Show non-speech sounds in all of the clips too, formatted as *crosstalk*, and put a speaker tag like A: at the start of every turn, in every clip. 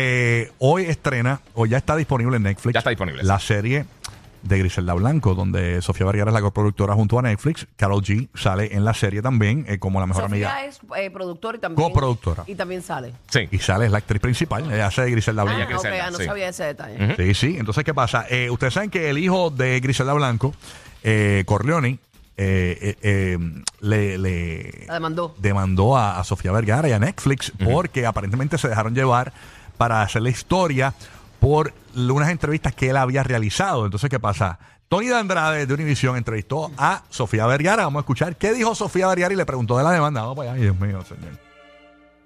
A: Eh, hoy estrena, o ya está disponible en Netflix.
B: Ya está disponible,
A: La serie de Griselda Blanco, donde Sofía Vergara es la coproductora junto a Netflix. Carol G sale en la serie también eh, como la mejor
C: Sofía
A: amiga.
C: es eh, productora y también.
A: Coproductora.
C: Y también sale.
B: Sí.
A: Y sale, es la actriz principal. Ella hace de Griselda
C: Ah,
A: Blanco.
C: ok,
B: Griselda,
C: ah, no
B: sí.
C: sabía ese detalle.
A: Sí, sí. Entonces, ¿qué pasa? Eh, Ustedes saben que el hijo de Griselda Blanco, eh, Corleone, eh, eh, eh, le, le-
C: La demandó.
A: demandó a, a Sofía Vergara y a Netflix porque aparentemente se dejaron llevar para hacer la historia por l- unas entrevistas que él había realizado. Entonces, ¿qué pasa? Tony de Andrade de Univision entrevistó a Sofía Vergara. Vamos a escuchar qué dijo Sofía Vergara y le preguntó de la demanda. Vamos para allá. Ay, Dios mío, señor.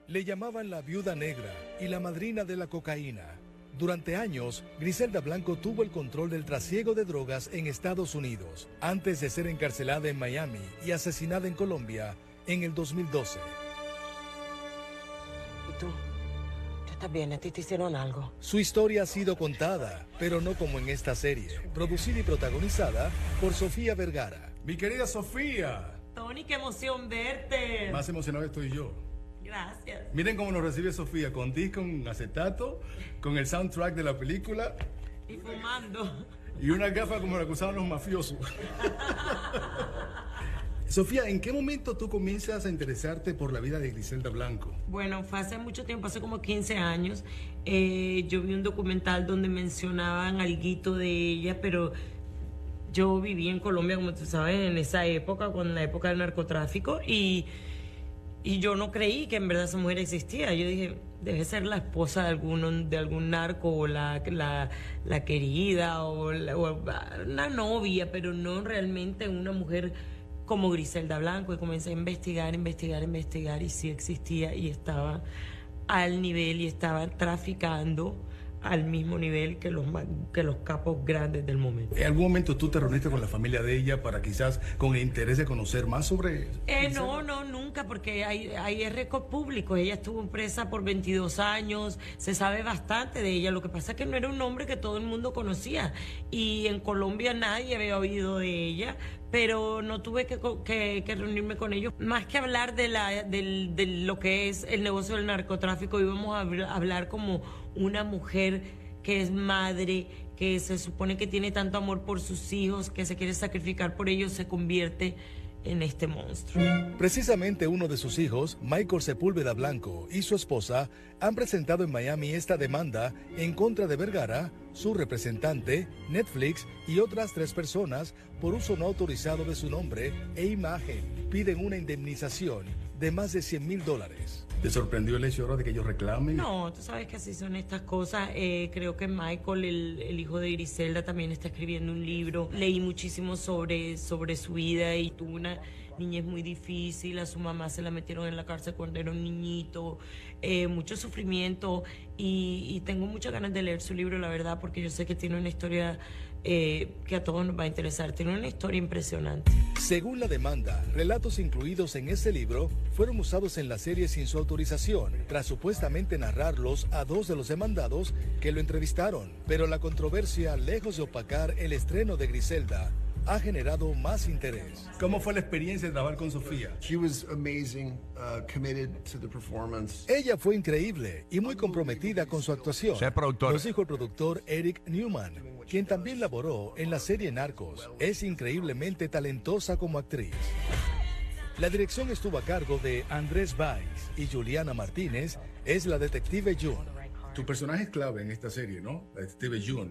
D: Le llamaban la viuda negra y la madrina de la cocaína. Durante años, Griselda Blanco tuvo el control del trasiego de drogas en Estados Unidos, antes de ser encarcelada en Miami y asesinada en Colombia en el 2012.
E: ¿Y tú? ¿Tú estás bien? ¿A ti te hicieron algo?
D: Su historia ha sido contada, pero no como en esta serie, producida y protagonizada por Sofía Vergara.
F: Mi querida Sofía,
E: Tony, qué emoción verte.
F: más emocionado estoy yo.
E: Gracias.
F: Miren cómo nos recibe Sofía con disco, con acetato, con el soundtrack de la película
E: Y fumando.
F: y una gafa como la que usaban los mafiosos. *laughs* Sofía, ¿en qué momento tú comienzas a interesarte por la vida de Griselda Blanco?
E: Bueno, fue hace mucho tiempo, hace como 15 años, eh, yo vi un documental donde mencionaban alguito de ella, pero yo viví en Colombia, como tú sabes, en esa época, con la época del narcotráfico, y, y yo no creí que en verdad esa mujer existía. Yo dije, debe ser la esposa de, alguno, de algún narco, o la, la, la querida, o, la- o una novia, pero no realmente una mujer como Griselda Blanco. Y comencé a investigar, investigar, investigar, y sí existía, y estaba al nivel, y estaba traficando al mismo nivel que los, ma- que los capos grandes del momento.
F: ¿En algún momento tú te reuniste con la familia de ella para quizás con el interés de conocer más sobre...
E: Eh, no, no, nunca, porque hay, hay récord público. Ella estuvo presa por 22 años, se sabe bastante de ella. Lo que pasa es que no era un nombre que todo el mundo conocía. Y en Colombia nadie había oído de ella, pero no tuve que, co- que- que reunirme con ellos. Más que hablar de, la, del- de lo que es el negocio del narcotráfico, íbamos a habl- hablar como una mujer que es madre, que se supone que tiene tanto amor por sus hijos, que se quiere sacrificar por ellos, se convierte en este monstruo.
D: Precisamente uno de sus hijos, Michael Sepúlveda Blanco, y su esposa han presentado en Miami esta demanda en contra de Vergara, su representante, Netflix y otras tres personas por uso no autorizado de su nombre e imagen. Piden una indemnización de más de 100 mil dólares.
F: ¿Te sorprendió el hecho ahora de que ellos reclamen?
E: No, tú sabes que así son estas cosas. Eh, creo que Michael, el, el hijo de Griselda, también está escribiendo un libro. Leí muchísimo sobre, sobre su vida y tuvo una niñez muy difícil. A su mamá se la metieron en la cárcel cuando era un niñito. Eh, mucho sufrimiento y, y tengo muchas ganas de leer su libro, la verdad, porque yo sé que tiene una historia eh, que a todos nos va a interesar. Tiene una historia impresionante.
D: Según la demanda, relatos incluidos en este libro fueron usados en la serie sin su autorización, tras supuestamente narrarlos a dos de los demandados que lo entrevistaron. Pero la controversia, lejos de opacar el estreno de Griselda, ha generado más interés.
F: ¿Cómo fue la experiencia de trabajar con Sofía?
G: She was amazing, uh, committed to the performance.
D: Ella fue increíble y muy comprometida con su actuación.
A: Ser productora.
D: Nos dijo el productor Eric Newman, quien también laboró en la serie Narcos. Es increíblemente talentosa como actriz. La dirección estuvo a cargo de Andrés Valls y Juliana Martínez es la detective June.
F: Tu personaje es clave en esta serie, ¿no? La Steve June.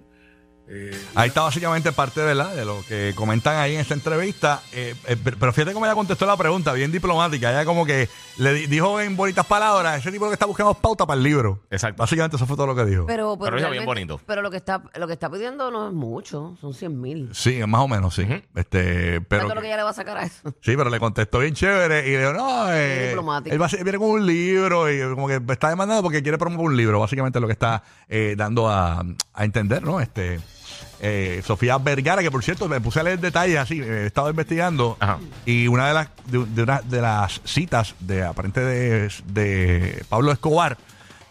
F: Eh,
A: Ahí está básicamente parte ¿verdad? de lo que comentan ahí en esta entrevista. Eh, eh, pero pero fíjate cómo ella contestó la pregunta, bien diplomática. Ella como que le di- dijo en bonitas palabras, ese tipo que está buscando pauta para el libro.
B: Exacto.
A: Básicamente eso fue todo lo que dijo.
C: Pero, pues,
B: Pero está bien
C: realmente-
B: bonito.
C: Pero lo que está, lo que está pidiendo no es mucho, son 100 mil.
A: sí, más o menos, sí. este, pero
C: ¿Cuánto es lo que ella le va a sacar a
A: *laughs*
C: eso?
A: Sí, pero le contestó bien chévere y le dijo, no, eh,
C: diplomático.
A: él va a ser- viene con un libro y como que está demandado porque quiere promover un libro, básicamente lo que está eh, dando a, a entender, ¿no? Este eh, Sofía Vergara, que por cierto me puse a leer detalles así, eh, he estado investigando
B: Ajá.
A: y una de las de, de una de las citas de aparente de, de Pablo Escobar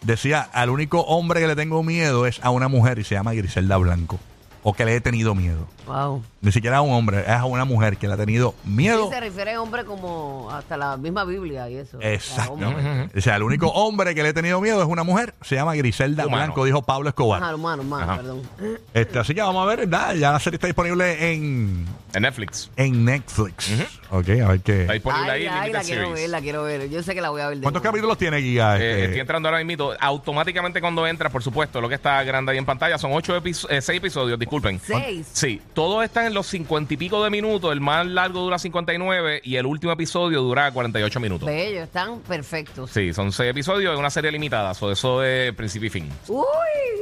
A: decía, al único hombre que le tengo miedo es a una mujer y se llama Griselda Blanco. o que le he tenido miedo.
C: Wow.
A: Ni siquiera a un hombre, es a una mujer que le ha tenido miedo.
C: Sí, se refiere a hombre como hasta la misma Biblia y eso. A hombre.
A: Exactamente. O sea, el único hombre que le he tenido miedo es una mujer. Se llama Griselda
B: Humano.
A: Blanco, dijo Pablo Escobar.
C: Ajá, humano, humano,
B: Ajá.
C: perdón.
A: Este, así que vamos a ver, ¿verdad? ya la serie está disponible en,
B: En Netflix.
A: en Netflix. Ok, a ver
B: Está
A: qué.
B: disponible ahí.
C: ay, ay,
B: limited
C: la quiero
B: series.
C: ver, la quiero ver. Yo sé que la voy a ver. de
A: ¿Cuántos
C: nuevo.
A: capítulos tiene Guía?
B: Eh,
A: este?
B: estoy entrando ahora mismo. Automáticamente cuando entras, por supuesto, lo que está grande ahí en pantalla son ocho episo- eh, seis episodios, disculpen.
C: Seis.
B: Sí, todos están en los cincuenta y pico de minutos. El más largo dura 59 y el último episodio dura 48 minutos.
C: Bellos, están perfectos.
B: Sí, son seis episodios de una serie limitada. So, eso de principio y fin.
C: Uy,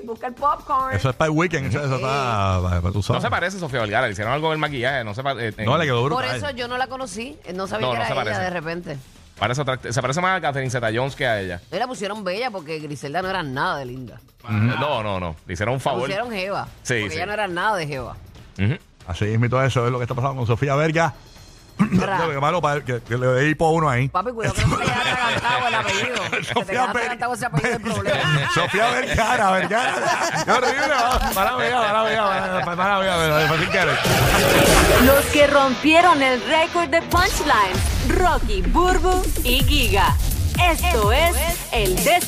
C: busca el popcorn.
A: Eso es para el weekend. Eso, eso está para, para tu
B: No se parece a Sofía Vergara. Le hicieron algo del maquillaje. No se pa- eh,
A: No,
B: en-
A: le quedó
C: Por
A: brutal.
C: eso yo no la conocí. eh, No sabía
B: No,
C: que
B: no se
C: era ella
B: parece.
C: de repente.
B: parece otra act- se parece más a Catherine Zeta-Jones que a ella.
C: No la pusieron bella porque Griselda no era nada de linda.
B: No, no, no. Le hicieron un
C: La
B: favor.
C: pusieron Jeva.
B: Sí,
C: porque
B: sí.
C: ella no era nada de Jeva.
B: Ujú.
A: Así es, todo eso es lo que está pasando con Sofía Verga. *coughs*
C: Ra.
A: Lo que malo para que, que le dé hipo a uno ahí.
C: Papi, cuidado que no se te haya atragantado el
B: *laughs*
C: apellido. Se te haya
A: Ver-
C: atragantado ese apellido el problema.
A: Sofía Vergara, Vergara. Qué horrible. Para mía, para mía, para mía, para mía, para mía, sin querer.
H: Los que rompieron el récord de punchlines, Rocky, Burbu y Giga. Esto es el des